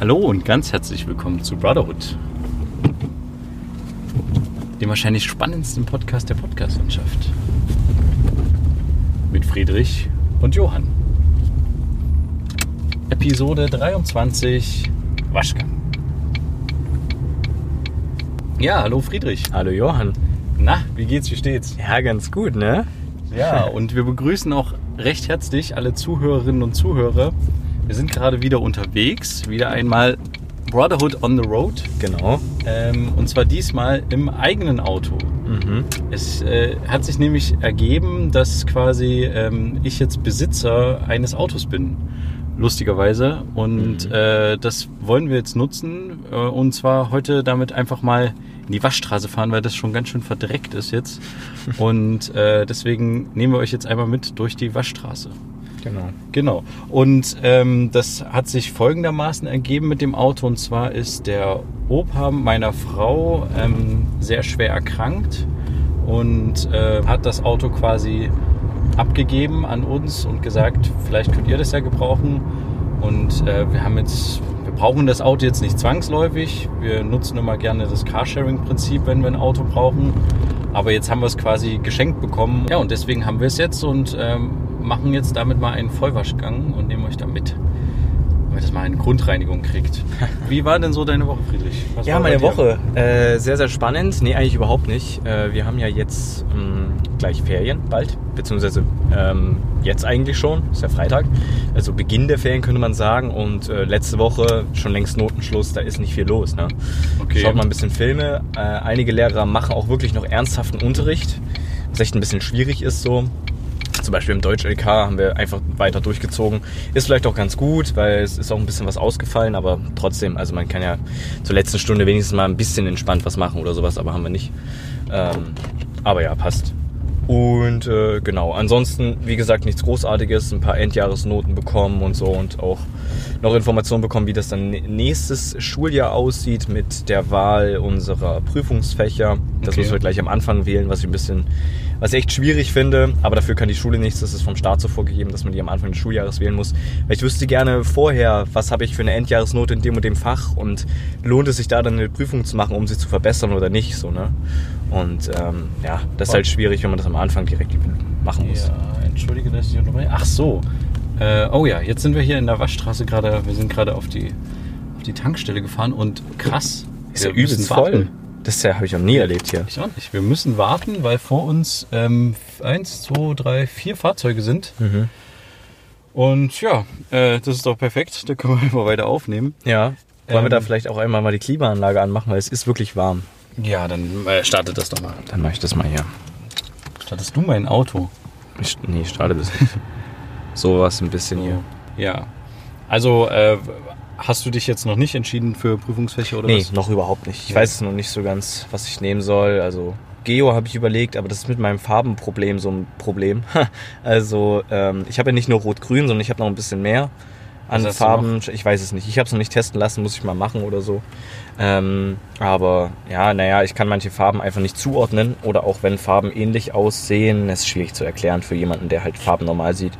Hallo und ganz herzlich willkommen zu Brotherhood, dem wahrscheinlich spannendsten Podcast der Podcastlandschaft. Mit Friedrich und Johann. Episode 23 Waschgang. Ja, hallo Friedrich. Hallo Johann. Na, wie geht's, wie steht's? Ja, ganz gut, ne? Ja, und wir begrüßen auch recht herzlich alle Zuhörerinnen und Zuhörer. Wir sind gerade wieder unterwegs, wieder einmal Brotherhood on the Road. Genau. Ähm, und zwar diesmal im eigenen Auto. Mhm. Es äh, hat sich nämlich ergeben, dass quasi ähm, ich jetzt Besitzer eines Autos bin. Lustigerweise. Und äh, das wollen wir jetzt nutzen. Äh, und zwar heute damit einfach mal in die Waschstraße fahren, weil das schon ganz schön verdreckt ist jetzt. und äh, deswegen nehmen wir euch jetzt einmal mit durch die Waschstraße. Genau. Genau. Und ähm, das hat sich folgendermaßen ergeben mit dem Auto. Und zwar ist der Opa meiner Frau ähm, sehr schwer erkrankt und äh, hat das Auto quasi abgegeben an uns und gesagt, vielleicht könnt ihr das ja gebrauchen. Und äh, wir haben jetzt, wir brauchen das Auto jetzt nicht zwangsläufig. Wir nutzen immer gerne das Carsharing-Prinzip, wenn wir ein Auto brauchen. Aber jetzt haben wir es quasi geschenkt bekommen. Ja, und deswegen haben wir es jetzt und ähm, machen jetzt damit mal einen Vollwaschgang und nehmen euch da mit. Damit das mal eine Grundreinigung kriegt. Wie war denn so deine Woche, Friedrich? Was Ja, war bei meine dir? Woche. Äh, sehr, sehr spannend. Nee, eigentlich überhaupt nicht. Äh, wir haben ja jetzt ähm, gleich Ferien bald. Beziehungsweise ähm, jetzt eigentlich schon. Ist ja Freitag. Also Beginn der Ferien könnte man sagen. Und äh, letzte Woche schon längst Notenschluss. Da ist nicht viel los. Ne? Okay. Schaut mal ein bisschen Filme. Äh, einige Lehrer machen auch wirklich noch ernsthaften Unterricht. Was echt ein bisschen schwierig ist so. Zum Beispiel im Deutsch-LK haben wir einfach weiter durchgezogen. Ist vielleicht auch ganz gut, weil es ist auch ein bisschen was ausgefallen, aber trotzdem, also man kann ja zur letzten Stunde wenigstens mal ein bisschen entspannt was machen oder sowas, aber haben wir nicht. Ähm, aber ja, passt. Und äh, genau, ansonsten, wie gesagt, nichts Großartiges, ein paar Endjahresnoten bekommen und so und auch noch Informationen bekommen, wie das dann nächstes Schuljahr aussieht mit der Wahl unserer Prüfungsfächer. Das Okay. müssen wir gleich am Anfang wählen, was ich ein bisschen, was ich echt schwierig finde. Aber dafür kann die Schule nichts. Das ist vom Staat so vorgegeben, dass man die am Anfang des Schuljahres wählen muss. Weil ich wüsste gerne vorher, was habe ich für eine Endjahresnote in dem und dem Fach und lohnt es sich da dann eine Prüfung zu machen, um sie zu verbessern oder nicht, so, ne? Und ähm, ja, das ist halt schwierig, wenn man das am Anfang direkt machen muss. Ja, entschuldige, dass ich unterbreche. Ach so. Äh, oh ja, jetzt sind wir hier in der Waschstraße gerade. Wir sind gerade auf die, auf die Tankstelle gefahren und krass. Ist ja wir müssen übelst warten. voll. Das habe ich noch nie erlebt hier. Ich auch nicht. Wir müssen warten, weil vor uns ähm, eins, zwei, drei, vier Fahrzeuge sind. Und ja, äh, das ist doch perfekt. Da können wir einfach weiter aufnehmen. Ja. Wollen wir Ähm. da vielleicht auch einmal mal die Klimaanlage anmachen, weil es ist wirklich warm. Ja, dann äh, startet das doch mal. Dann mache ich das mal hier. Startest du mein Auto? Ich, nee, ich starte das nicht. Sowas ein bisschen hier. Ja. Also, äh, hast du dich jetzt noch nicht entschieden für Prüfungsfächer oder Nee, was? noch überhaupt nicht. Ich Nee. weiß es noch nicht so ganz, was ich nehmen soll. Also Geo habe ich überlegt, aber das ist mit meinem Farbenproblem so ein Problem. also ähm, ich habe ja nicht nur Rot-Grün, sondern ich habe noch ein bisschen mehr hast an du Farben. Ich weiß es nicht. Ich habe es noch nicht testen lassen, muss ich mal machen oder so. Ähm, aber ja, naja, ich kann manche Farben einfach nicht zuordnen oder auch wenn Farben ähnlich aussehen, ist schwierig zu erklären für jemanden, der halt Farben normal sieht.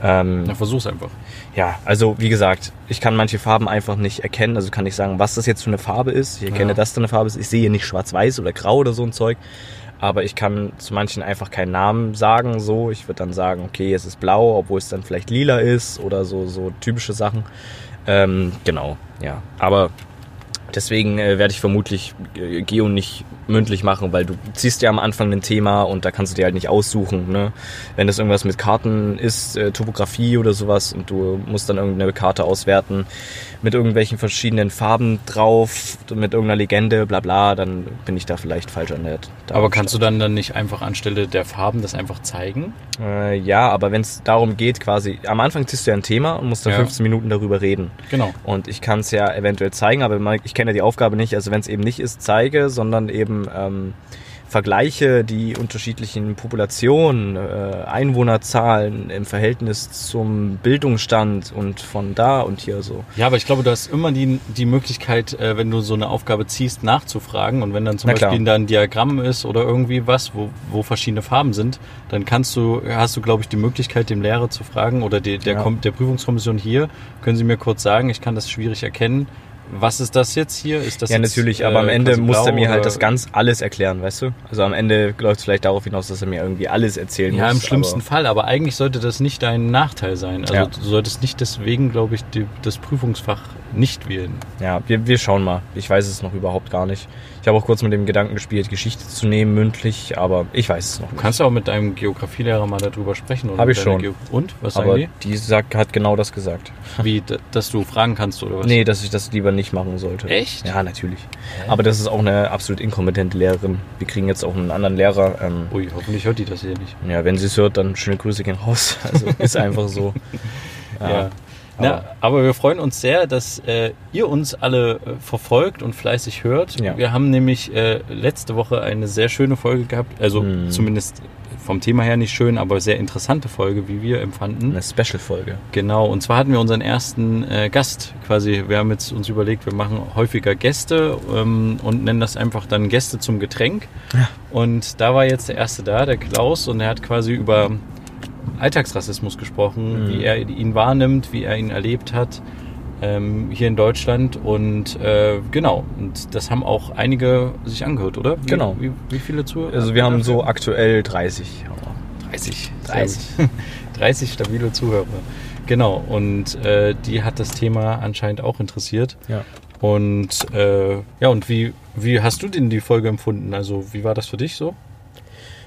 Ähm, Na, versuch's einfach. ja, also wie gesagt, ich kann manche Farben einfach nicht erkennen. Also kann ich sagen, was das jetzt für eine Farbe ist. Ich erkenne, Ja. dass da eine Farbe ist. Ich sehe nicht schwarz-weiß oder grau oder so ein Zeug. Aber ich kann zu manchen einfach keinen Namen sagen. So, ich würde dann sagen, okay, es ist blau, obwohl es dann vielleicht lila ist oder so, so typische Sachen. Ähm, genau, ja. Aber deswegen äh, werde ich vermutlich äh, Geo nicht mündlich machen, weil du ziehst ja am Anfang ein Thema und da kannst du dir halt nicht aussuchen. Ne? Wenn das irgendwas mit Karten ist, äh, Topografie oder sowas und du musst dann irgendeine Karte auswerten mit irgendwelchen verschiedenen Farben drauf, mit irgendeiner Legende, bla bla, dann bin ich da vielleicht falsch an der. da- Aber kannst du dann, dann nicht einfach anstelle der Farben das einfach zeigen? Äh, ja, aber wenn es darum geht, quasi, am Anfang ziehst du ja ein Thema und musst dann Ja. 15 Minuten darüber reden. Genau. Und ich kann es ja eventuell zeigen, aber mal- ich kenne ja die Aufgabe nicht. Also wenn es eben nicht ist, zeige, sondern eben ähm, vergleiche die unterschiedlichen Populationen, äh, Einwohnerzahlen im Verhältnis zum Bildungsstand und von da und hier so. Ja, aber ich glaube, du hast immer die, die Möglichkeit, äh, wenn du so eine Aufgabe ziehst, nachzufragen. Und wenn dann zum Na klar. Beispiel da ein Diagramm ist oder irgendwie was, wo, wo verschiedene Farben sind, dann kannst du, hast du, glaube ich, die Möglichkeit, dem Lehrer zu fragen oder die, der, Ja. Kom der Prüfungskommission hier, können Sie mir kurz sagen, ich kann das schwierig erkennen. Was ist das jetzt hier? Ist das Ja, jetzt, natürlich, aber äh, am Ende quasi muss er blau mir halt oder- das ganz alles erklären, weißt du? Also am Ende läuft es vielleicht darauf hinaus, dass er mir irgendwie alles erzählen Ja, muss. im schlimmsten aber- Fall, aber eigentlich sollte das nicht dein Nachteil sein. Also Ja. du solltest nicht deswegen, glaube ich, die, das Prüfungsfach nicht wählen. Ja, wir, wir schauen mal. Ich weiß es noch überhaupt gar nicht. Ich habe auch kurz mit dem Gedanken gespielt, Geschichte zu nehmen, mündlich, aber ich weiß es noch Du nicht. kannst ja auch mit deinem Geografielehrer mal darüber sprechen. oder Hab mit ich deiner schon. Geo- und? Was sagen Aber die? die sagt, hat genau das gesagt. Wie, d- dass du fragen kannst oder was? Nee, dass ich das lieber nicht machen sollte. Echt? Ja, natürlich. Aber das ist auch eine absolut inkompetente Lehrerin. Wir kriegen jetzt auch einen anderen Lehrer. Ähm, Ui, hoffentlich hört die das hier nicht. ja, wenn sie es hört, dann schöne Grüße gehen raus. Also ist einfach so. Ja. Na, Aber- aber wir freuen uns sehr, dass äh, ihr uns alle äh, verfolgt und fleißig hört. Ja. Wir haben nämlich äh, letzte Woche eine sehr schöne Folge gehabt, also Mhm. zumindest vom Thema her nicht schön, aber sehr interessante Folge, wie wir empfanden. Eine Special-Folge. Genau, und zwar hatten wir unseren ersten äh, Gast quasi. Wir haben jetzt uns überlegt, wir machen häufiger Gäste ähm, und nennen das einfach dann Gäste zum Getränk. Und da war jetzt der erste da, der Klaus, und er hat quasi über Alltagsrassismus gesprochen, Mhm. wie er ihn wahrnimmt, wie er ihn erlebt hat ähm, hier in Deutschland. Und äh, genau, und das haben auch einige sich angehört, oder? Wie, Genau. Wie, wie viele zu? Also wir haben so aktuell 30. aber 30. 30. 30 stabile Zuhörer. Genau, und äh, die hat das Thema anscheinend auch interessiert. Ja. Und äh, ja, und wie, wie hast du denn die Folge empfunden? Also, wie war das für dich so?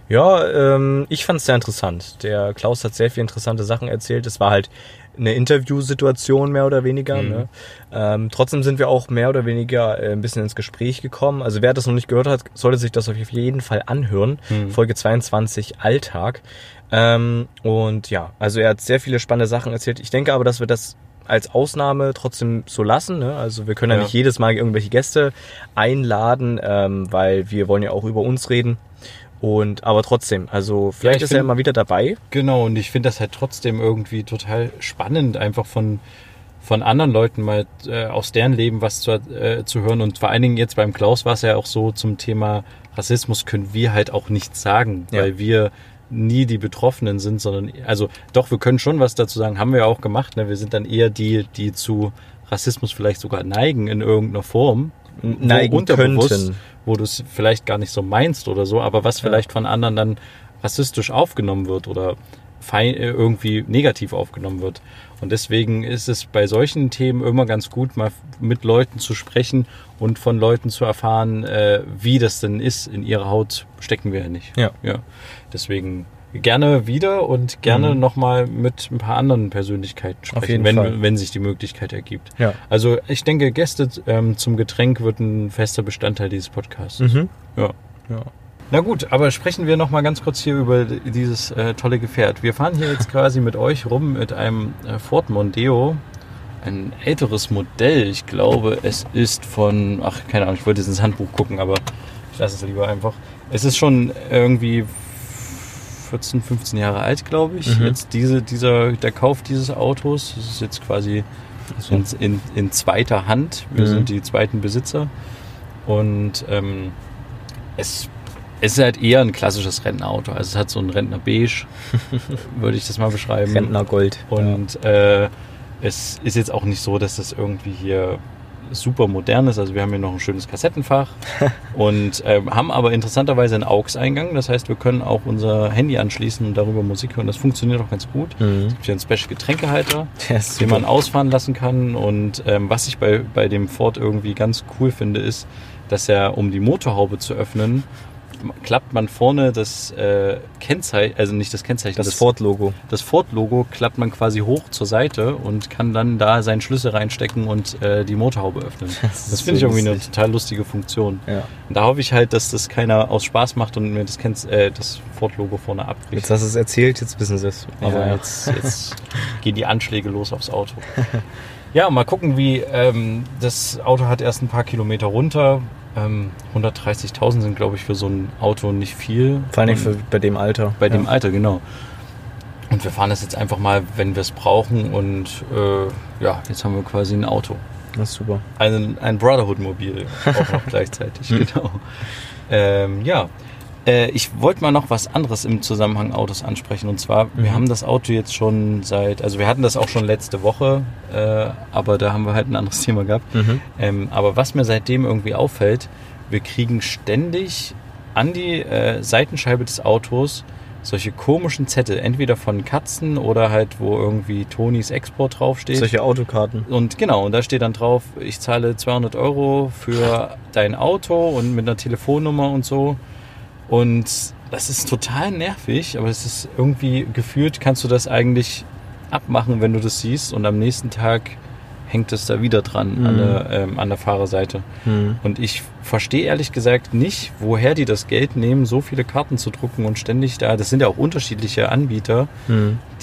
Ja, ähm, ich fand es sehr interessant. Der Klaus hat sehr viele interessante Sachen erzählt. Es war halt eine Interviewsituation mehr oder weniger. Ne? Ähm, trotzdem sind wir auch mehr oder weniger äh, ein bisschen ins Gespräch gekommen. Also wer das noch nicht gehört hat, sollte sich das auf jeden Fall anhören. Folge 22 Alltag. Ähm, und ja, also er hat sehr viele spannende Sachen erzählt. Ich denke aber, dass wir das als Ausnahme trotzdem so lassen. Ne? Also wir können ja, Ja. nicht jedes Mal irgendwelche Gäste einladen, ähm, weil wir wollen ja auch über uns reden. Und aber trotzdem, also vielleicht ich ist er find- immer wieder dabei. Genau, und ich finde das halt trotzdem irgendwie total spannend, einfach von, von anderen Leuten mal äh, aus deren Leben was zu, äh, zu hören. Und vor allen Dingen jetzt beim Klaus war es ja auch so zum Thema Rassismus können wir halt auch nichts sagen, Ja. weil wir nie die Betroffenen sind, sondern also doch, wir können schon was dazu sagen, haben wir ja auch gemacht. Ne? Wir sind dann eher die, die zu Rassismus vielleicht sogar neigen in irgendeiner Form. N- neigen Wo unterbewusst, könnten. Wo du es vielleicht gar nicht so meinst oder so, aber was vielleicht von anderen dann rassistisch aufgenommen wird oder fein, äh, irgendwie negativ aufgenommen wird. Und deswegen ist es bei solchen Themen immer ganz gut, mal f- mit Leuten zu sprechen und von Leuten zu erfahren, äh, wie das denn ist. In ihrer Haut stecken wir ja nicht. Ja. ja. Deswegen gerne wieder und gerne nochmal mit ein paar anderen Persönlichkeiten sprechen, Mhm. jeden wenn, Fall. wenn sich die Möglichkeit ergibt. Ja. Also ich denke, Gäste ähm, zum Getränk wird ein fester Bestandteil dieses Podcasts. Mhm. Ja. Ja. Na gut, aber sprechen wir noch mal ganz kurz hier über dieses äh, tolle Gefährt. Wir fahren hier jetzt quasi mit euch rum mit einem äh, Ford Mondeo, ein älteres Modell. Ich glaube, es ist von, ach keine Ahnung, ich wollte jetzt ins Handbuch gucken, aber ich lasse es lieber einfach. Es ist schon irgendwie 14, 15 Jahre alt, glaube ich. Mhm. Jetzt diese, dieser, der Kauf dieses Autos. Das ist jetzt quasi so. in, in, in zweiter Hand. Wir Mhm. sind die zweiten Besitzer. Und ähm, es, es ist halt eher ein klassisches Rentenauto. Also es hat so ein Rentner Beige, würde ich das mal beschreiben. Rentnergold. Und äh, es ist jetzt auch nicht so, dass das irgendwie hier super modern ist. Also wir haben hier noch ein schönes Kassettenfach und ähm, haben aber interessanterweise einen AUX-Eingang. Das heißt, wir können auch unser Handy anschließen und darüber Musik hören. Das funktioniert auch ganz gut. Ja. Mhm. Es gibt hier einen Special Getränkehalter Der ist den super. man ausfahren lassen kann. Und ähm, was ich bei, bei dem Ford irgendwie ganz cool finde, ist, dass er, um die Motorhaube zu öffnen, m- klappt man vorne das äh, Kennzeichen, also nicht das Kennzeichen, das Ford-Logo. das Ford-Logo klappt man quasi hoch zur Seite und kann dann da seinen Schlüssel reinstecken und äh, die Motorhaube öffnen. Das, ist finde so ich irgendwie eine lustig. total lustige Funktion. Ja. Und da hoffe ich halt, dass das keiner aus Spaß macht und mir das, Kenn- äh, das Ford-Logo vorne abbricht. Jetzt hast du es erzählt, jetzt wissen sie es. Aber Aber ja. jetzt, jetzt gehen die Anschläge los aufs Auto. Ja, mal gucken, wie ähm, das Auto hat erst ein paar Kilometer runter. Ähm, 130.000 sind, glaube ich, für so ein Auto nicht viel. Vor allem Und für, bei dem Alter. bei ja. dem Alter, genau. Und wir fahren das jetzt einfach mal, wenn wir es brauchen. Und äh, ja, jetzt haben wir quasi ein Auto. Das ist super. Ein, ein Brotherhood-Mobil auch noch gleichzeitig, Hm. genau. Ähm, ja, äh, ich wollte mal noch was anderes im Zusammenhang Autos ansprechen. Und zwar, wir Mhm. haben das Auto jetzt schon seit, also wir hatten das auch schon letzte Woche, äh, aber da haben wir halt ein anderes Thema gehabt. Mhm. Ähm, aber was mir seitdem irgendwie auffällt, wir kriegen ständig an die äh, Seitenscheibe des Autos solche komischen Zettel, entweder von Katzen oder halt, wo irgendwie Tonis Export draufsteht. Solche Autokarten. Und genau, und da steht dann drauf, ich zahle 200 Euro für dein Auto und mit einer Telefonnummer und so. Und das ist total nervig, aber es ist irgendwie gefühlt, kannst du das eigentlich abmachen, wenn du das siehst. Und am nächsten Tag hängt es da wieder dran an, Mhm. der, ähm, an der Fahrerseite. Und ich verstehe ehrlich gesagt nicht, woher die das Geld nehmen, so viele Karten zu drucken und ständig da, das sind ja auch unterschiedliche Anbieter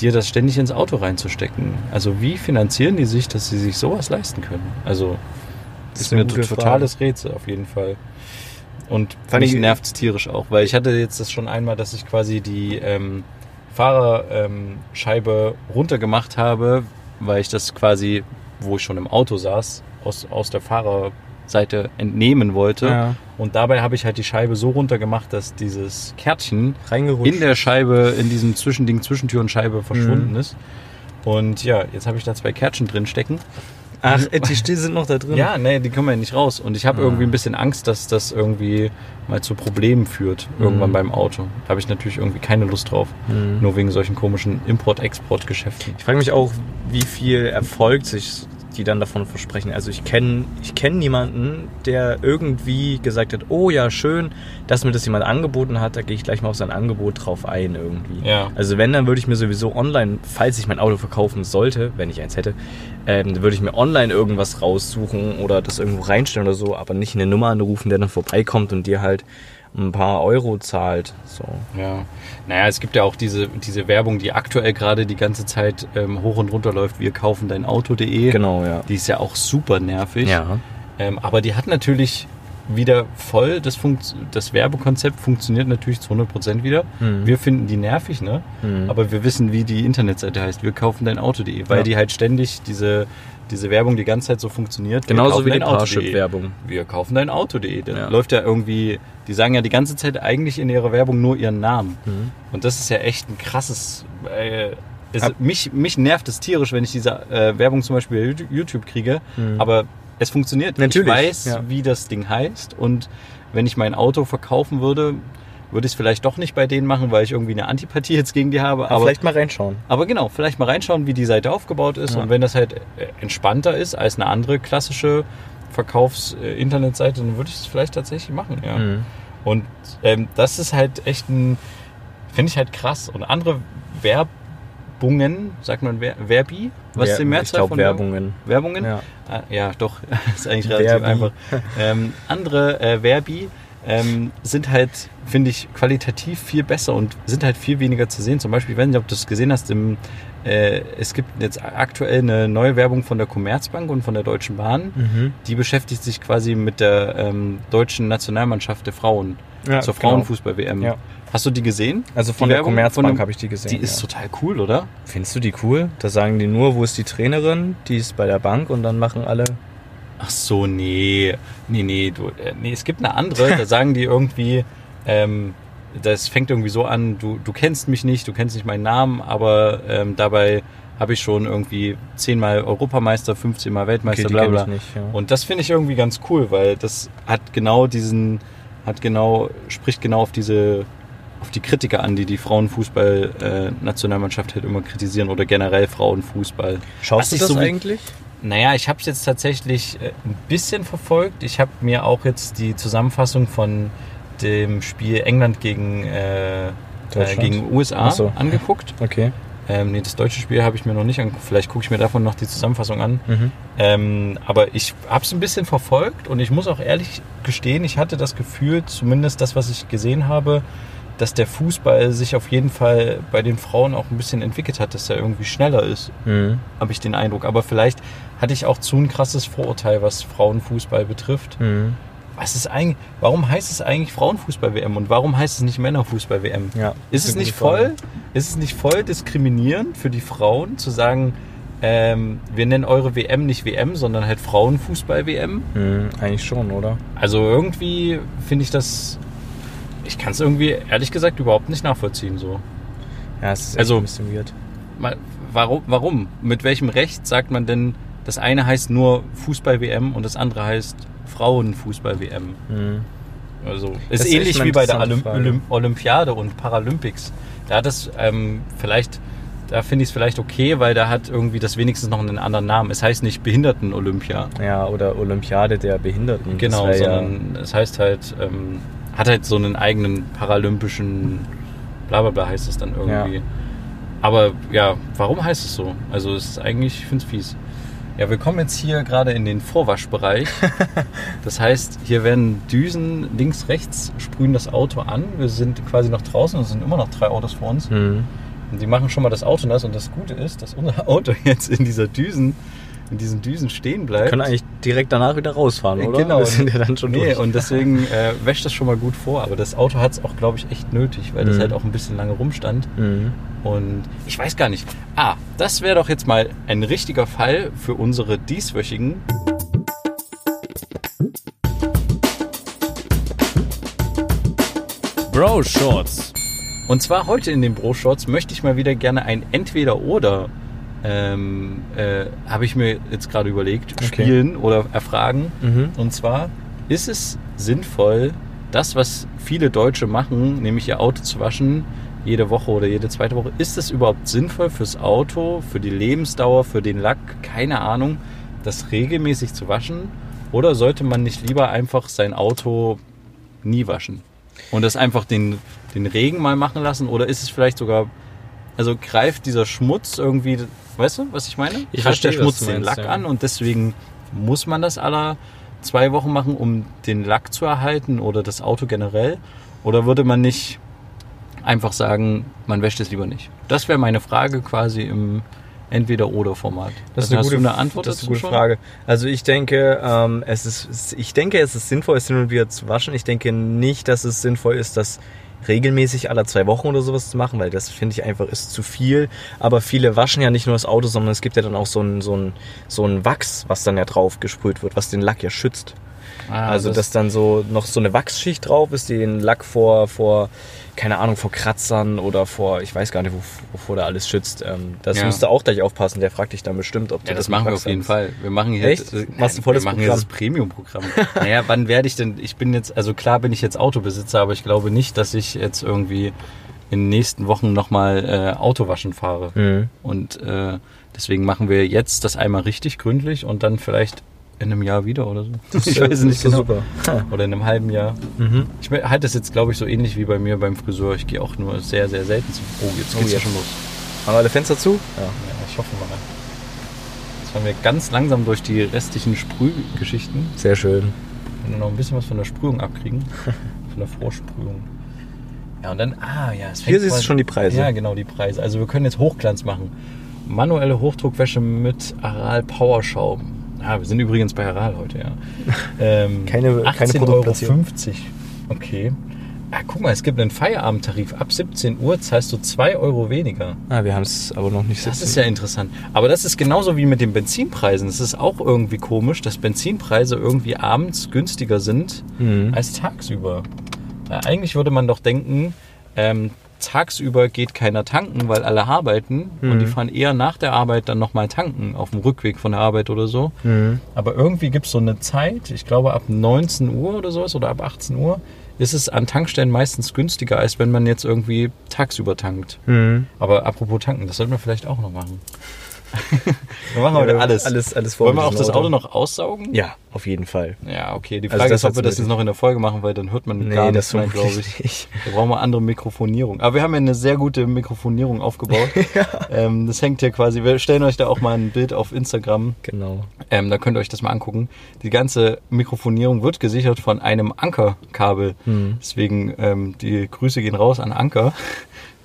dir das ständig ins Auto reinzustecken. Also wie finanzieren die sich, dass sie sich sowas leisten können? Also das ist eine mir ein gute totales Rätsel auf jeden Fall. Und Vor mich allem- nervt es tierisch auch, weil ich hatte jetzt das schon einmal, dass ich quasi die ähm, Fahrerscheibe ähm, Scheibe runtergemacht habe, weil ich das quasi, wo ich schon im Auto saß, aus, aus der Fahrerseite entnehmen wollte. Ja. Und dabei habe ich halt die Scheibe so runtergemacht, dass dieses Kärtchen Reingerutscht. in der Scheibe, in diesem Zwischending, Zwischentür und Scheibe verschwunden Mhm. ist. Und ja, jetzt habe ich da zwei Kärtchen drin stecken. Ach, äh, die Still sind noch da drin. Ja, nee, die kommen ja nicht raus. Und ich habe Ah. irgendwie ein bisschen Angst, dass das irgendwie mal zu Problemen führt, irgendwann Mhm. beim Auto. Da habe ich natürlich irgendwie keine Lust drauf. Mhm. Nur wegen solchen komischen Import-Export-Geschäften. Ich frage mich auch, wie viel Erfolg sich die dann davon versprechen. Also ich kenne ich kenn niemanden, der irgendwie gesagt hat, oh ja, schön, dass mir das jemand angeboten hat, da gehe ich gleich mal auf sein Angebot drauf ein irgendwie. Ja. Also wenn, dann würde ich mir sowieso online, falls ich mein Auto verkaufen sollte, wenn ich eins hätte, ähm, dann würde ich mir online irgendwas raussuchen oder das irgendwo reinstellen oder so, aber nicht eine Nummer anrufen, der dann vorbeikommt und dir halt ein paar Euro zahlt. So. Ja. Naja, es gibt ja auch diese, diese Werbung, die aktuell gerade die ganze Zeit ähm, hoch und runter läuft. Wir kaufen dein Auto.de. Genau, ja. Die ist ja auch super nervig. Ja. Ähm, aber die hat natürlich wieder voll, das, Funkt das Werbekonzept funktioniert natürlich zu 100% wieder. Mhm. Wir finden die nervig, ne? Mhm. Aber wir wissen, wie die Internetseite heißt. Wir kaufen dein Auto.de, weil Ja. die halt ständig diese, diese Werbung die ganze Zeit so funktioniert. Wir Genauso kaufen wie die dein Auto.de. Parship-Werbung. Wir kaufen dein Auto.de. Da Ja. läuft ja irgendwie, die sagen ja die ganze Zeit eigentlich in ihrer Werbung nur ihren Namen. Mhm. Und das ist ja echt ein krasses. Äh, es, Ab- mich, mich nervt es tierisch, wenn ich diese äh, Werbung zum Beispiel bei YouTube kriege. Aber es funktioniert. Mhm. Natürlich, Ich weiß, ja. wie das Ding heißt. Und wenn ich mein Auto verkaufen würde, würde ich es vielleicht doch nicht bei denen machen, weil ich irgendwie eine Antipathie jetzt gegen die habe. Aber, Vielleicht mal reinschauen. aber genau, vielleicht mal reinschauen, wie die Seite aufgebaut ist. Ja. Und wenn das halt äh, entspannter ist als eine andere klassische Verkaufs-Internetseite, dann würde ich es vielleicht tatsächlich machen. Ja. Mhm. Und ähm, das ist halt echt ein, finde ich halt krass. Und andere Werbungen, sagt man Wer Werbi? Was ist die Wer- Mehrzahl ich glaub, von Werbungen. Werbungen? Ja. Ah, ja doch. ist eigentlich relativ Werbi. einfach. Ähm, andere äh, Werbi ähm, sind halt, finde ich, qualitativ viel besser und sind halt viel weniger zu sehen. Zum Beispiel, ich weiß nicht, ob du es gesehen hast, im, äh, es gibt jetzt aktuell eine neue Werbung von der Commerzbank und von der Deutschen Bahn. Mhm. Die beschäftigt sich quasi mit der ähm, deutschen Nationalmannschaft der Frauen Ja, zur genau. Frauenfußball-WM. Ja. Hast du die gesehen? Also von Die der Werbung Commerzbank dem- habe ich die gesehen. Die ist total cool, oder? Findest du die cool? Da sagen die nur, wo ist die Trainerin, die ist bei der Bank und dann machen alle. Ach so, nee. Nee, nee, du, äh, nee, es gibt eine andere, da sagen die irgendwie, ähm, das fängt irgendwie so an, du, du kennst mich nicht, du kennst nicht meinen Namen, aber ähm, dabei habe ich schon irgendwie zehnmal Europameister, 15 Mal Weltmeister, die bla kenn bla. ich nicht, ja. Und das finde ich irgendwie ganz cool, weil das hat genau diesen, hat genau, spricht genau auf diese, auf die Kritiker an, die die Frauenfußball-Nationalmannschaft halt immer kritisieren oder generell Frauenfußball. Was Schaust ich du das so wie- eigentlich? Naja, ich habe es jetzt tatsächlich äh, ein bisschen verfolgt. Ich habe mir auch jetzt die Zusammenfassung von dem Spiel England gegen, äh, äh, Deutschland? gegen USA Ach so. angeguckt. Okay. Ähm, nee, das deutsche Spiel habe ich mir noch nicht angeguckt. Vielleicht gucke ich mir davon noch die Zusammenfassung an. Mhm. Ähm, aber ich habe es ein bisschen verfolgt und ich muss auch ehrlich gestehen, ich hatte das Gefühl, zumindest das, was ich gesehen habe, dass der Fußball sich auf jeden Fall bei den Frauen auch ein bisschen entwickelt hat, dass er irgendwie schneller ist Mhm. habe ich den Eindruck. Aber vielleicht hatte ich auch zu ein krasses Vorurteil, was Frauenfußball betrifft. Mhm. was ist eigentlich, warum heißt es eigentlich Frauenfußball-WM und warum heißt es nicht Männerfußball-WM? Ja, ist ist es eine nicht gute Frage. voll, ist es nicht voll diskriminierend für die Frauen zu sagen, ähm, wir nennen eure WM nicht WM, sondern halt Frauenfußball-WM? Hm, eigentlich schon, oder? Also irgendwie finde ich das, ich kann es irgendwie ehrlich gesagt überhaupt nicht nachvollziehen so. Ja, es ist echt Also- ein bisschen weird. Mal, warum, warum? Mit welchem Recht sagt man denn, das eine heißt nur Fußball-WM und das andere heißt Frauenfußball-WM? Hm. Also ist, Das ist echt ähnlich eine wie bei der interessante Olymp Frage. Olymp Olympiade und Paralympics. Da hat es ähm, vielleicht, da finde ich es vielleicht okay, weil da hat irgendwie das wenigstens noch einen anderen Namen. Es heißt nicht Behinderten-Olympia, Ja, oder Olympiade der Behinderten. Das genau, wär sondern es heißt halt, ähm, hat halt so einen eigenen paralympischen, blablabla bla, bla heißt es dann irgendwie. Ja. Aber ja, warum heißt es so? Also es ist eigentlich, ich finde es fies. Ja, wir kommen jetzt hier gerade in den Vorwaschbereich. Das heißt, hier werden Düsen links, rechts, sprühen das Auto an. Wir sind quasi noch draußen und es sind immer noch drei Autos vor uns. ja, hm. Und die machen schon mal das Auto nass. Und das Gute ist, dass unser Auto jetzt in dieser Düsen, in diesen Düsen stehen bleibt. Können eigentlich direkt danach wieder rausfahren, oder? Genau. Wir sind ja dann schon nee, durch. und deswegen äh, wäscht das schon mal gut vor. Aber das Auto hat es auch, glaube ich, echt nötig, weil das Mhm. halt auch ein bisschen lange rumstand. Hm. Und ich weiß gar nicht. Ah, das wäre doch jetzt mal ein richtiger Fall für unsere dieswöchigen. Bro Shorts. Und zwar heute in den Bro-Shorts möchte ich mal wieder gerne ein Entweder-Oder, ähm, äh, habe ich mir jetzt gerade überlegt, Okay. spielen oder erfragen. Mhm. Und zwar ist es sinnvoll, das, was viele Deutsche machen, nämlich ihr Auto zu waschen, jede Woche oder jede zweite Woche, ist es überhaupt sinnvoll fürs Auto, für die Lebensdauer, für den Lack, keine Ahnung, das regelmäßig zu waschen? Oder sollte man nicht lieber einfach sein Auto nie waschen? Und das einfach den, den Regen mal machen lassen? Oder ist es vielleicht sogar, also greift dieser Schmutz irgendwie, weißt du, was ich meine? Ich greift der verstehe, was Schmutz du den meinst, Lack ja. an und deswegen muss man das aller zwei Wochen machen, um den Lack zu erhalten oder das Auto generell? Oder würde man nicht einfach sagen, man wäscht es lieber nicht? Das wäre meine Frage quasi im Entweder-Oder-Format. Das ist Dann eine hast gute, du eine Antwort das ist dazu eine gute schon? Frage. Also ich denke, ähm, es ist, ich denke, es ist sinnvoll, es hin und wieder zu waschen. Ich denke nicht, dass es sinnvoll ist, das regelmäßig alle zwei Wochen oder sowas zu machen, weil das finde ich einfach ist zu viel. Aber viele waschen ja nicht nur das Auto, sondern es gibt ja dann auch so ein, so ein, so ein Wachs, was dann ja drauf gesprüht wird, was den Lack ja schützt. Ah, Also, dass dann so noch so eine Wachsschicht drauf ist, die den Lack vor, vor, keine Ahnung, vor Kratzern oder vor, ich weiß gar nicht, wo- wovor der alles schützt. Ähm, Das Ja. müsst ihr auch gleich aufpassen. Der fragt dich dann bestimmt, ob du Ja, das mit machen wir Wachs auf jeden hast. Fall. Wir machen hier, Echt? äh, Machst du volles wir machen hier das Premium-Programm. naja, wann werde ich denn, ich bin jetzt, also klar bin ich jetzt Autobesitzer, aber ich glaube nicht, dass ich jetzt irgendwie in den nächsten Wochen nochmal äh, Auto waschen fahre. Mhm. Und äh, deswegen machen wir jetzt das einmal richtig gründlich und dann vielleicht in einem Jahr wieder oder so. ich weiß es nicht so genau. super. Oder in einem halben Jahr. Mhm. Ich me- halte es jetzt, glaube ich, so ähnlich wie bei mir beim Friseur. Ich gehe auch nur sehr, sehr selten zum. Oh, jetzt Oh, geht's ja jetzt. schon los. Haben wir alle Fenster zu? Ja. Ja, ich hoffe mal. Jetzt fahren wir ganz langsam durch die restlichen Sprühgeschichten. Sehr schön. Wenn wir noch ein bisschen was von der Sprühung abkriegen. Von der Vorsprühung. Ja, und dann, ah ja, es fängt Hier siehst quasi- du schon die Preise. Ja, genau, die Preise. Also wir können jetzt Hochglanz machen. Manuelle Hochdruckwäsche mit Aral Powerschaum. Ah, wir sind übrigens bei Aral heute, ja. Ähm, Keine- keine 18,50 Produktplatzierung. Okay. Ah, guck mal, es gibt einen Feierabendtarif. Ab 17 Uhr zahlst du 2 Euro weniger. Ah, wir haben es aber noch nicht Das sitzen. ist ja interessant. Aber das ist genauso wie mit den Benzinpreisen. Es ist auch irgendwie komisch, dass Benzinpreise irgendwie abends günstiger sind Mhm. als tagsüber. Weil eigentlich würde man doch denken, ähm, tagsüber geht keiner tanken, weil alle arbeiten und die fahren eher nach der Arbeit dann nochmal tanken, auf dem Rückweg von der Arbeit oder so. Mhm. Aber irgendwie gibt es so eine Zeit, ich glaube ab 19 Uhr oder sowas oder ab 18 Uhr, ist es an Tankstellen meistens günstiger, als wenn man jetzt irgendwie tagsüber tankt. Mhm. Aber apropos tanken, das sollten wir vielleicht auch noch machen. wir machen Ja, heute wir- alles. alles- alles vor Wollen wir mit auch diesem das Auto Auto. noch aussaugen? Ja, auf jeden Fall. Ja, okay. Die Also Frage das ist, ob wir hat's das jetzt nötig. noch in der Folge machen, weil dann hört man gar nichts mehr, glaube ich. nicht. Da brauchen wir andere Mikrofonierung. Aber wir haben ja eine sehr gute Mikrofonierung aufgebaut. ähm, das hängt hier quasi. Wir stellen euch da auch mal ein Bild auf Instagram. Genau. Ähm, da könnt ihr euch das mal angucken. Die ganze Mikrofonierung wird gesichert von einem Ankerkabel. Hm. Deswegen ähm, die Grüße gehen raus an Anker.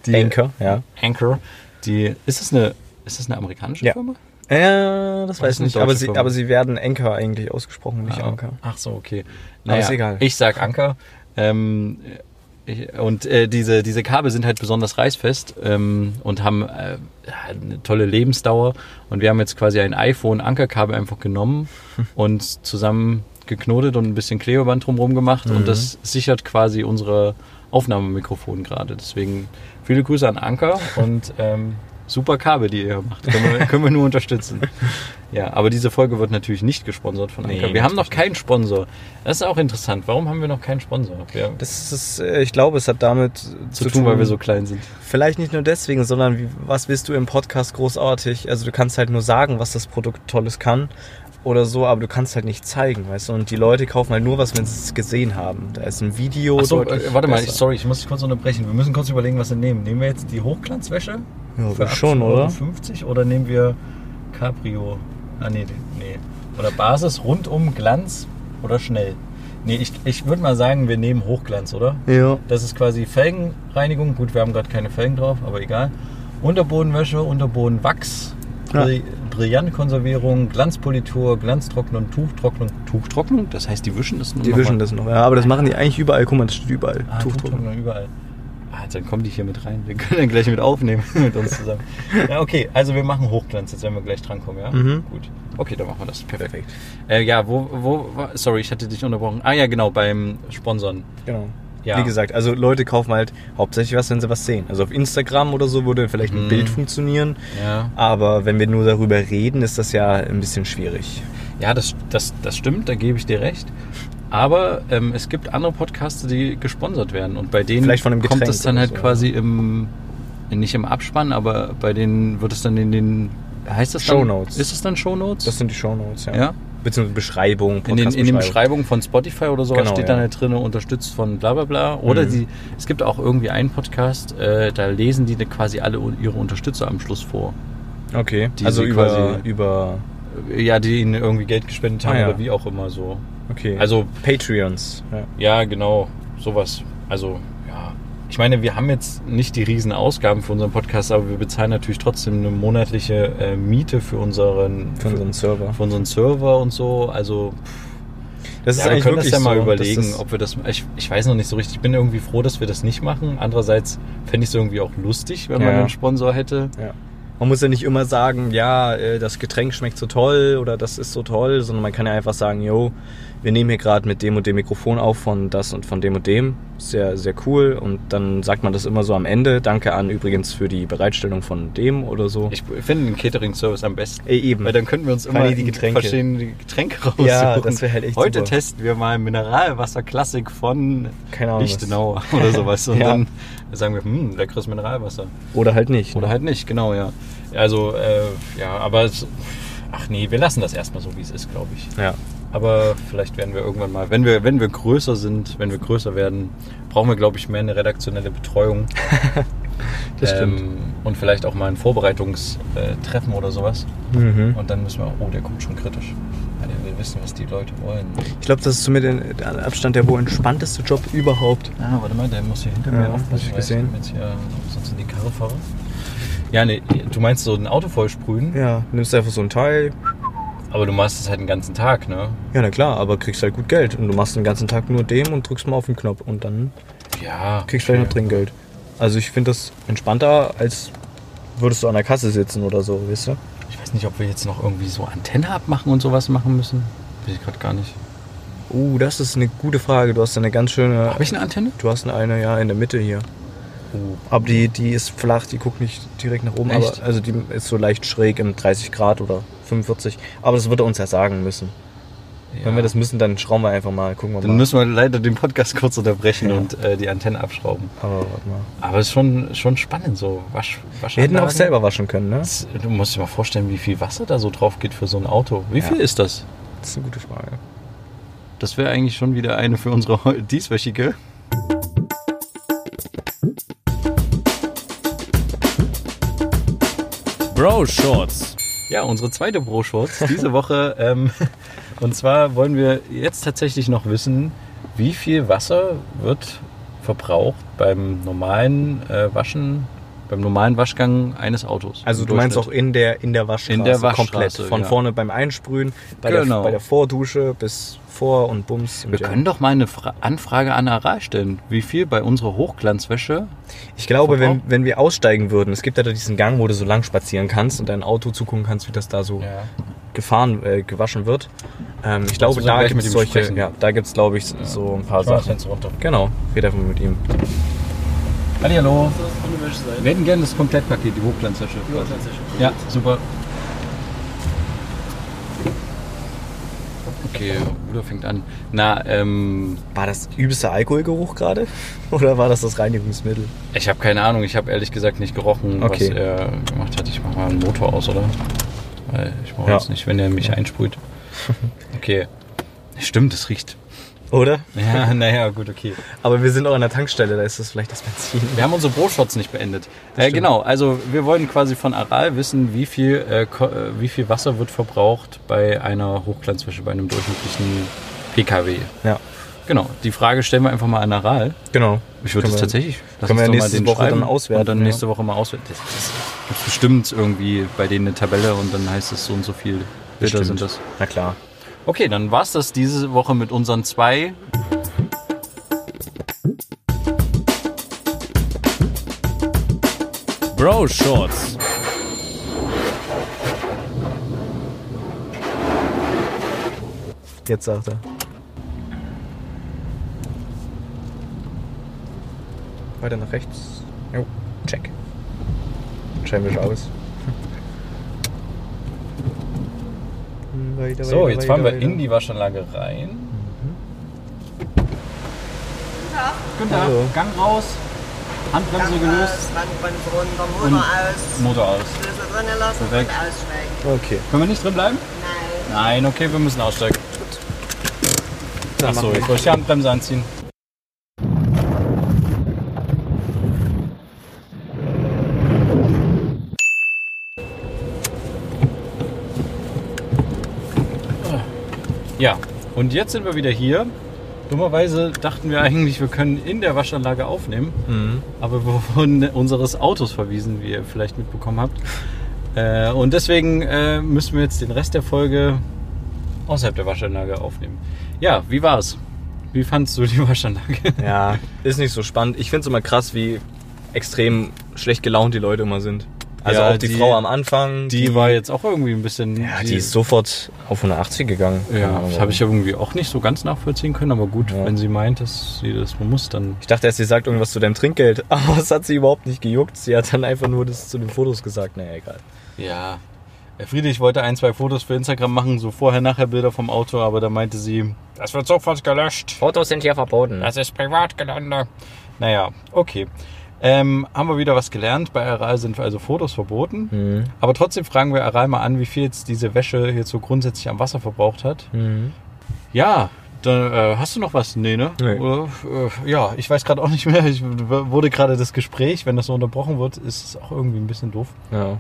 Die- Anchor, ja. Anchor. Die ist es eine ist das eine amerikanische Ja. Firma? Ja, das Oder ist weiß ich eine nicht. deutsche Aber sie, Firma? aber sie werden Enker eigentlich ausgesprochen, nicht Ah, Anker. Ach so, okay. Aber ist egal. Ich sag Anker. Ähm, ich- und äh, diese, diese Kabel sind halt besonders reißfest ähm, und haben äh, eine tolle Lebensdauer. Und wir haben jetzt quasi ein iPhone-Ankerkabel einfach genommen und zusammen geknotet und ein bisschen Klebeband drumherum gemacht. Mhm. Und das sichert quasi unsere Aufnahmemikrofon gerade. Deswegen viele Grüße an Anker und ähm, super Kabel, die ihr macht. Können wir, können wir nur unterstützen. Ja, aber diese Folge wird natürlich nicht gesponsert von Nee, Anker. wir haben noch keinen Sponsor. Das ist auch interessant. Warum haben wir noch keinen Sponsor? Wir haben Das ist, äh, ich glaube, es hat damit zu tun, weil wir so klein sind. Vielleicht nicht nur deswegen, sondern wie, was willst du im Podcast großartig? Also du kannst halt nur sagen, was das Produkt Tolles kann oder so, aber du kannst halt nicht zeigen, weißt du? Und die Leute kaufen halt nur was, wenn sie es gesehen haben. Da ist ein Video. Ach so, Oh, deutlich äh, warte mal, ich, besser. sorry, ich muss dich kurz unterbrechen. Wir müssen kurz überlegen, was wir nehmen. Nehmen wir jetzt die Hochglanzwäsche? Ja, für schon, 18,50 oder? 50 oder nehmen wir Cabrio? Ah, nee, nee. Oder Basis rundum Glanz oder schnell? Nee, ich, ich würde mal sagen, wir nehmen Hochglanz, oder? Ja. Das ist quasi Felgenreinigung. Gut, wir haben gerade keine Felgen drauf, aber egal. Unterbodenwäsche, Unterbodenwachs, Brill Brillantkonservierung, Glanzpolitur, Glanztrocknung, Tuchtrocknung. Tuchtrocknung? Das heißt, die wischen das nur Die noch mal- wischen das noch, ja. Aber das machen die eigentlich überall. Guck mal, das steht überall. Ah, Tuchtrockner. Tuchtrocknung überall. Ah, dann kommen die hier mit rein. Wir können dann gleich mit aufnehmen mit uns zusammen. Ja, okay, also wir machen Hochglanz jetzt, wenn wir gleich drankommen, ja? Mhm. Gut. Okay, dann machen wir das. Perfekt. Perfekt. Äh, ja, wo, wo, war- sorry, ich hatte dich unterbrochen. Ah ja, genau, beim Sponsoren. Genau. Ja. Wie gesagt, also Leute kaufen halt hauptsächlich was, wenn sie was sehen. Also auf Instagram oder so würde vielleicht ein Mhm. Bild funktionieren, Ja. aber wenn wir nur darüber reden, ist das ja ein bisschen schwierig. Ja, das, das, das stimmt, da gebe ich dir recht. Aber ähm, es gibt andere Podcasts, die gesponsert werden. Und bei denen Vielleicht von einem kommt Getränk es dann oder halt so, quasi im, nicht im Abspann, aber bei denen wird es dann in den, heißt das dann? Shownotes. Ist es dann Shownotes? Das sind die Shownotes, ja. Ja. Beziehungsweise Beschreibung, in, den, in den Podcast-Beschreibung. Beschreibungen von Spotify oder so Genau, steht ja. dann halt drin, unterstützt von bla bla bla. Oder Mhm. die, es gibt auch irgendwie einen Podcast, äh, da lesen die dann quasi alle ihre Unterstützer am Schluss vor. Okay, die also sie über, quasi- über Äh, Ja, die ihnen irgendwie Geld gespendet haben Ah, ja. oder wie auch immer so. okay. Also Patreons. Ja. Ja, genau, sowas. Also, ja. Ich meine, wir haben jetzt nicht die riesen Ausgaben für unseren Podcast, aber wir bezahlen natürlich trotzdem eine monatliche äh, Miete für unseren, Für unseren Server. für unseren Server und so. Also, Das ja, wir können das ja mal so, dass überlegen, das- ob wir das. Ich, ich weiß noch nicht so richtig. Ich bin irgendwie froh, dass wir das nicht machen. Andererseits fände ich es irgendwie auch lustig, wenn man Ja. einen Sponsor hätte. ja. Man muss ja nicht immer sagen, ja, äh, das Getränk schmeckt so toll oder das ist so toll, sondern man kann ja einfach sagen, yo, wir nehmen hier gerade mit dem und dem Mikrofon auf von das und von dem und dem. Sehr, sehr cool. Und dann sagt man das immer so am Ende. Danke an übrigens für die Bereitstellung von dem oder so. Ich finde den Catering-Service am besten. Äh, eben. Weil dann könnten wir uns Vor allem immer die Getränke. verschiedene Getränke raussuchen. Ja, das wär halt echt Heute super. testen wir mal Mineralwasser-Klassik von Keine Ahnung, was- Lichtenau genau, oder sowas. Und Ja. dann sagen wir, hm, leckeres Mineralwasser. Oder halt nicht. Oder ne? halt nicht, genau, ja. Also, äh, ja, aber es, ach nee, wir lassen das erstmal so, wie es ist, glaube ich. Ja. Aber vielleicht werden wir irgendwann mal, wenn wir, wenn wir größer sind, wenn wir größer werden, brauchen wir, glaube ich, mehr eine redaktionelle Betreuung. Das stimmt. Ähm, und vielleicht auch mal ein Vorbereitungstreffen äh, oder sowas. Mhm. Und dann müssen wir auch, oh, der guckt schon kritisch. Ja, der will wissen, was die Leute wollen. Ich glaube, das ist somit in- der Abstand der wohl entspannteste Job überhaupt. Ah, warte mal, der muss hier hinter Ja, mir aufpassen. hab ich weil gesehen. Ich jetzt hier äh, sonst in die Karre fahre. Ja, nee, du meinst so ein Auto vollsprühen, Ja, nimmst einfach so ein Teil. aber du machst es halt den ganzen Tag, ne? Ja, na klar, aber kriegst halt gut Geld. Und du machst den ganzen Tag nur dem und drückst mal auf den Knopf und dann Ja. kriegst du vielleicht noch Trinkgeld. Also ich finde das entspannter, als würdest du an der Kasse sitzen oder so, weißt du? Ich weiß nicht, ob wir jetzt noch irgendwie so Antenne abmachen und sowas machen müssen. Weiß ich gerade gar nicht. Uh, das ist eine gute Frage. Du hast eine ganz schöne. Habe ich eine Antenne? Du hast eine, ja, in der Mitte hier. Oh. Aber die, die ist flach, die guckt nicht direkt nach oben. Echt? Aber, also die ist so leicht schräg im 30 Grad oder 45. Aber das wird er uns ja sagen müssen. Ja. Wenn wir das müssen, dann schrauben wir einfach mal, gucken wir dann mal. müssen wir leider den Podcast kurz unterbrechen Ja. und äh, die Antenne abschrauben. Aber warte mal. Aber es ist schon, schon spannend, so Wasch, Wir hätten auch Waschanlagen. selber waschen können, ne? Das- Du musst dir mal vorstellen, wie viel Wasser da so drauf geht für so ein Auto. Wie Ja. viel ist das? Das ist eine gute Frage. Das wäre eigentlich schon wieder eine für unsere heu- dieswöchige. Bro Shorts. Ja, unsere zweite Bro-Shorts diese Woche. Ähm, und zwar wollen wir jetzt tatsächlich noch wissen, wie viel Wasser wird verbraucht beim normalen äh, Waschen Beim normalen Waschgang eines Autos. Also Im du meinst auch Durchschnitt. in der, in der Waschstraße In der Waschstraße, komplett. Von ja. vorne beim Einsprühen, bei, Genau. der, bei der Vordusche bis vor und Bums. Und Wir ja. können doch mal eine Fra Anfrage an Aral stellen, wie viel bei unserer Hochglanzwäsche. ich glaube, wenn, Verbrauch? wenn wir aussteigen würden, es gibt ja da diesen Gang, wo du so lang spazieren kannst und dein Auto zugucken kannst, wie das da so gefahren, äh, gewaschen wird. Ähm, ich glaube, müssen Also wir da gleich gibt mit es ihm solche, sprechen. ja, da gibt's, glaube ich, so ein paar Sachen. runter. Genau, red einfach mit ihm. Ohne Hallo. Wäsche sein. Wir hätten gerne das Komplettpaket, die Hochglanzwäsche. Die Hochglanzwäsche. Ja, super. Okay, Bruder fängt an. Na, ähm, War das übelster Alkoholgeruch gerade? Oder war das das Reinigungsmittel? ich habe keine Ahnung. Ich habe ehrlich gesagt nicht gerochen, Okay. was er gemacht hat. Ich mach mal den Motor aus, oder? Weil ich brauche Ja. jetzt nicht, wenn er mich einsprüht. Okay. Stimmt, es riecht. Oder? Ja, naja, gut, okay. Aber wir sind auch an der Tankstelle, da ist das vielleicht das Benzin. Wir haben unsere Brotshots nicht beendet. Das Äh, stimmt. genau, also wir wollen quasi von Aral wissen, wie viel, äh, ko- äh, wie viel Wasser wird verbraucht bei einer Hochglanzwäsche, bei einem durchschnittlichen PKW. Ja, Genau, die Frage stellen wir einfach mal an Aral. genau. Ich würde Können es wir- tatsächlich. Lass uns können doch wir mal nächste den Woche dann schreiben auswerten, Und dann ja. nächste Woche mal auswerten. Das, das gibt bestimmt irgendwie bei denen eine Tabelle und dann heißt es so und so viel. Bilder Bestimmt. sind das. Na klar. Okay, dann war's das diese Woche mit unseren zwei. Bro Shorts. Jetzt sagt er. Weiter nach rechts. Jo, check. Scheinbar aus. Hm. Weiter, So, weiter, jetzt weiter, fahren wir weiter. in die Waschanlage rein. Guten Tag. Hallo. Gang raus. Handbremse gelöst. Äh, Motor aus, Motor aus. Schlüssel drinnen lassen Perfekt. und aussteigen. Okay. Können wir nicht drin bleiben? Nein. Nein, okay, wir müssen aussteigen. Dann Achso, machen jetzt soll ich die Handbremse anziehen. Ja, und jetzt sind wir wieder hier. Dummerweise dachten wir eigentlich, wir können in der Waschanlage aufnehmen, Mhm. aber wir wurden unseres Autos verwiesen, wie ihr vielleicht mitbekommen habt. Äh, und deswegen äh, müssen wir jetzt den Rest der Folge außerhalb der Waschanlage aufnehmen. Ja, wie war's? Wie fandst du die Waschanlage? wir. Ja, ist nicht so spannend. Ich finde es immer krass, wie extrem schlecht gelaunt die Leute immer sind. Also Ja, auch die, die- Frau am Anfang. Die war jetzt auch irgendwie ein bisschen. Ja, die ist sofort auf 180 gegangen. Ja, das habe ich ja irgendwie auch nicht so ganz nachvollziehen können, aber gut, Ja. wenn sie meint, dass sie das muss, dann. Ich dachte erst, sie sagt irgendwas zu deinem Trinkgeld, aber es hat sie überhaupt nicht gejuckt. Sie hat dann einfach nur das zu den Fotos gesagt. Naja, egal. Ja. Herr Friedrich wollte ein, zwei Fotos für Instagram machen, so Vorher-Nachher-Bilder vom Auto, aber da meinte sie, das wird sofort gelöscht. Fotos sind hier verboten. Das ist Privatgelände. Naja, okay. Ähm, haben wir wieder was gelernt. Bei Aral sind also Fotos verboten. Aber trotzdem fragen wir Aral mal an, wie viel jetzt diese Wäsche jetzt so grundsätzlich am Wasser verbraucht hat. Ja, da, äh, hast du noch was? Nee, ne? Nee. Oder, äh, ja, ich weiß gerade auch nicht mehr. Ich w- wurde gerade das Gespräch, wenn das so unterbrochen wird, ist es auch irgendwie ein bisschen doof. Ja.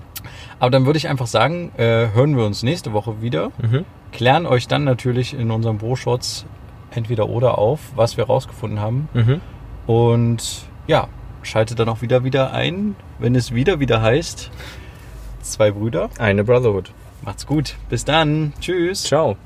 Aber dann würde ich einfach sagen, äh, hören wir uns nächste Woche wieder. Mhm, Klären euch dann natürlich in unserem Bro-Shorts entweder oder auf, was wir rausgefunden haben. Mhm. Und ja, schaltet dann auch wieder wieder ein, wenn es wieder wieder heißt. Zwei Brüder. Eine Brotherhood. Macht's gut. Bis dann. Tschüss. Ciao.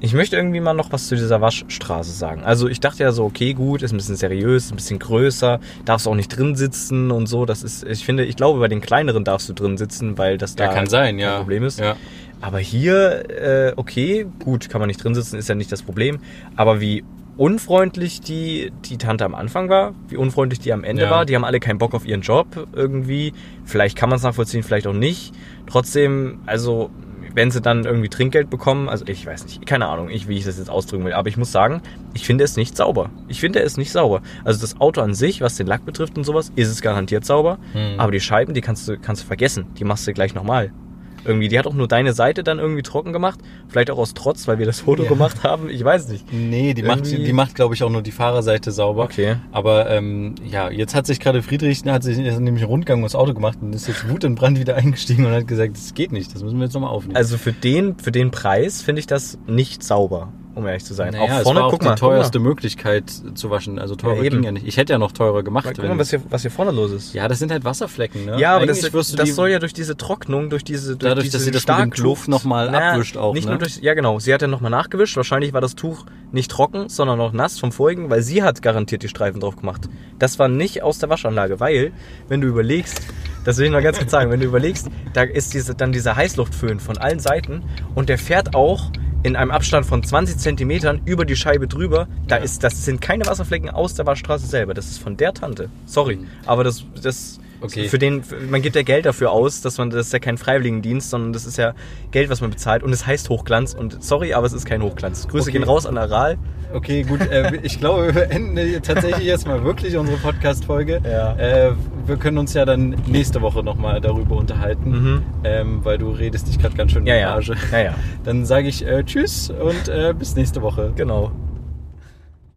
Ich möchte irgendwie mal noch was zu dieser Waschstraße sagen. Also ich dachte ja so, okay, gut, ist ein bisschen seriös, ein bisschen größer, darfst auch nicht drin sitzen und so. Das ist, ich finde, ich glaube, bei den kleineren darfst du drin sitzen, weil das da Ja, kann sein, ja. kein Problem ist. Ja. Aber hier, äh, okay, gut, kann man nicht drin sitzen, ist ja nicht das Problem. Aber wie unfreundlich die, die Tante am Anfang war, wie unfreundlich die am Ende Ja. war, die haben alle keinen Bock auf ihren Job irgendwie. Vielleicht kann man es nachvollziehen, vielleicht auch nicht. Trotzdem, also wenn sie dann irgendwie Trinkgeld bekommen, also ich weiß nicht, keine Ahnung, ich, wie ich das jetzt ausdrücken will, aber ich muss sagen, ich finde es nicht sauber. Ich finde es nicht sauber. Also das Auto an sich, was den Lack betrifft und sowas, ist es garantiert sauber, Mhm. aber die Scheiben, die kannst du, kannst du vergessen, die machst du gleich nochmal. Irgendwie, die hat auch nur deine Seite dann irgendwie trocken gemacht, vielleicht auch aus Trotz, weil wir das Foto Ja. gemacht haben, ich weiß nicht. Nee, die macht, Irgendwie- die macht glaube ich, auch nur die Fahrerseite sauber. Okay. Aber ähm, ja, jetzt hat sich gerade Friedrich, ne, hat sich er hat nämlich einen Rundgang ums Auto gemacht und ist jetzt Wut und Brand wieder eingestiegen und hat gesagt, das geht nicht, das müssen wir jetzt nochmal aufnehmen. Also für den, für den Preis finde ich das nicht sauber. um ehrlich zu sein. Naja, auch es vorne, war auch guck die mal. teuerste Möglichkeit äh, zu waschen. Also teurer Ja, eben. ging ja nicht. Ich hätte ja noch teurer gemacht. guck mal, guck wenn- mal was, hier, was hier vorne los ist. ja, das sind halt Wasserflecken. Ne? Ja, aber das, Eigentlich wirst du das die- soll ja durch diese Trocknung, durch diese durch Dadurch, diese dass sie das mit dem Starkluft- Tuch noch mal Naja, abwischt auch, Nicht ne? nur durch, ja genau, sie hat ja nochmal nachgewischt. Wahrscheinlich war das Tuch nicht trocken, sondern noch nass vom vorigen, weil sie hat garantiert die Streifen drauf gemacht. Das war nicht aus der Waschanlage, weil, wenn du überlegst, das will ich noch ganz kurz sagen, wenn du überlegst, da ist diese, dann dieser Heißluftföhn von allen Seiten und der fährt auch in einem Abstand von 20 Zentimetern über die Scheibe drüber, da ist, das sind keine Wasserflecken aus der Waschstraße selber. Das ist von der Tante. Sorry, aber das, das Mhm. Okay. für den, für- man gibt ja Geld dafür aus, dass man, das ist ja kein Freiwilligendienst, sondern das ist ja Geld, was man bezahlt und es heißt Hochglanz und sorry, aber es ist kein Hochglanz. Grüße Okay. gehen raus an Aral. Okay, gut. Äh, ich glaube, wir beenden hier tatsächlich jetzt mal wirklich unsere Podcast-Folge. Ja. Äh, wir können uns ja dann nächste Woche nochmal darüber unterhalten, ähm, weil du redest dich gerade ganz schön in Mhm. Ja, ja. Rage. Ja, ja. Dann sage ich äh, Tschüss und äh, bis nächste Woche. Genau.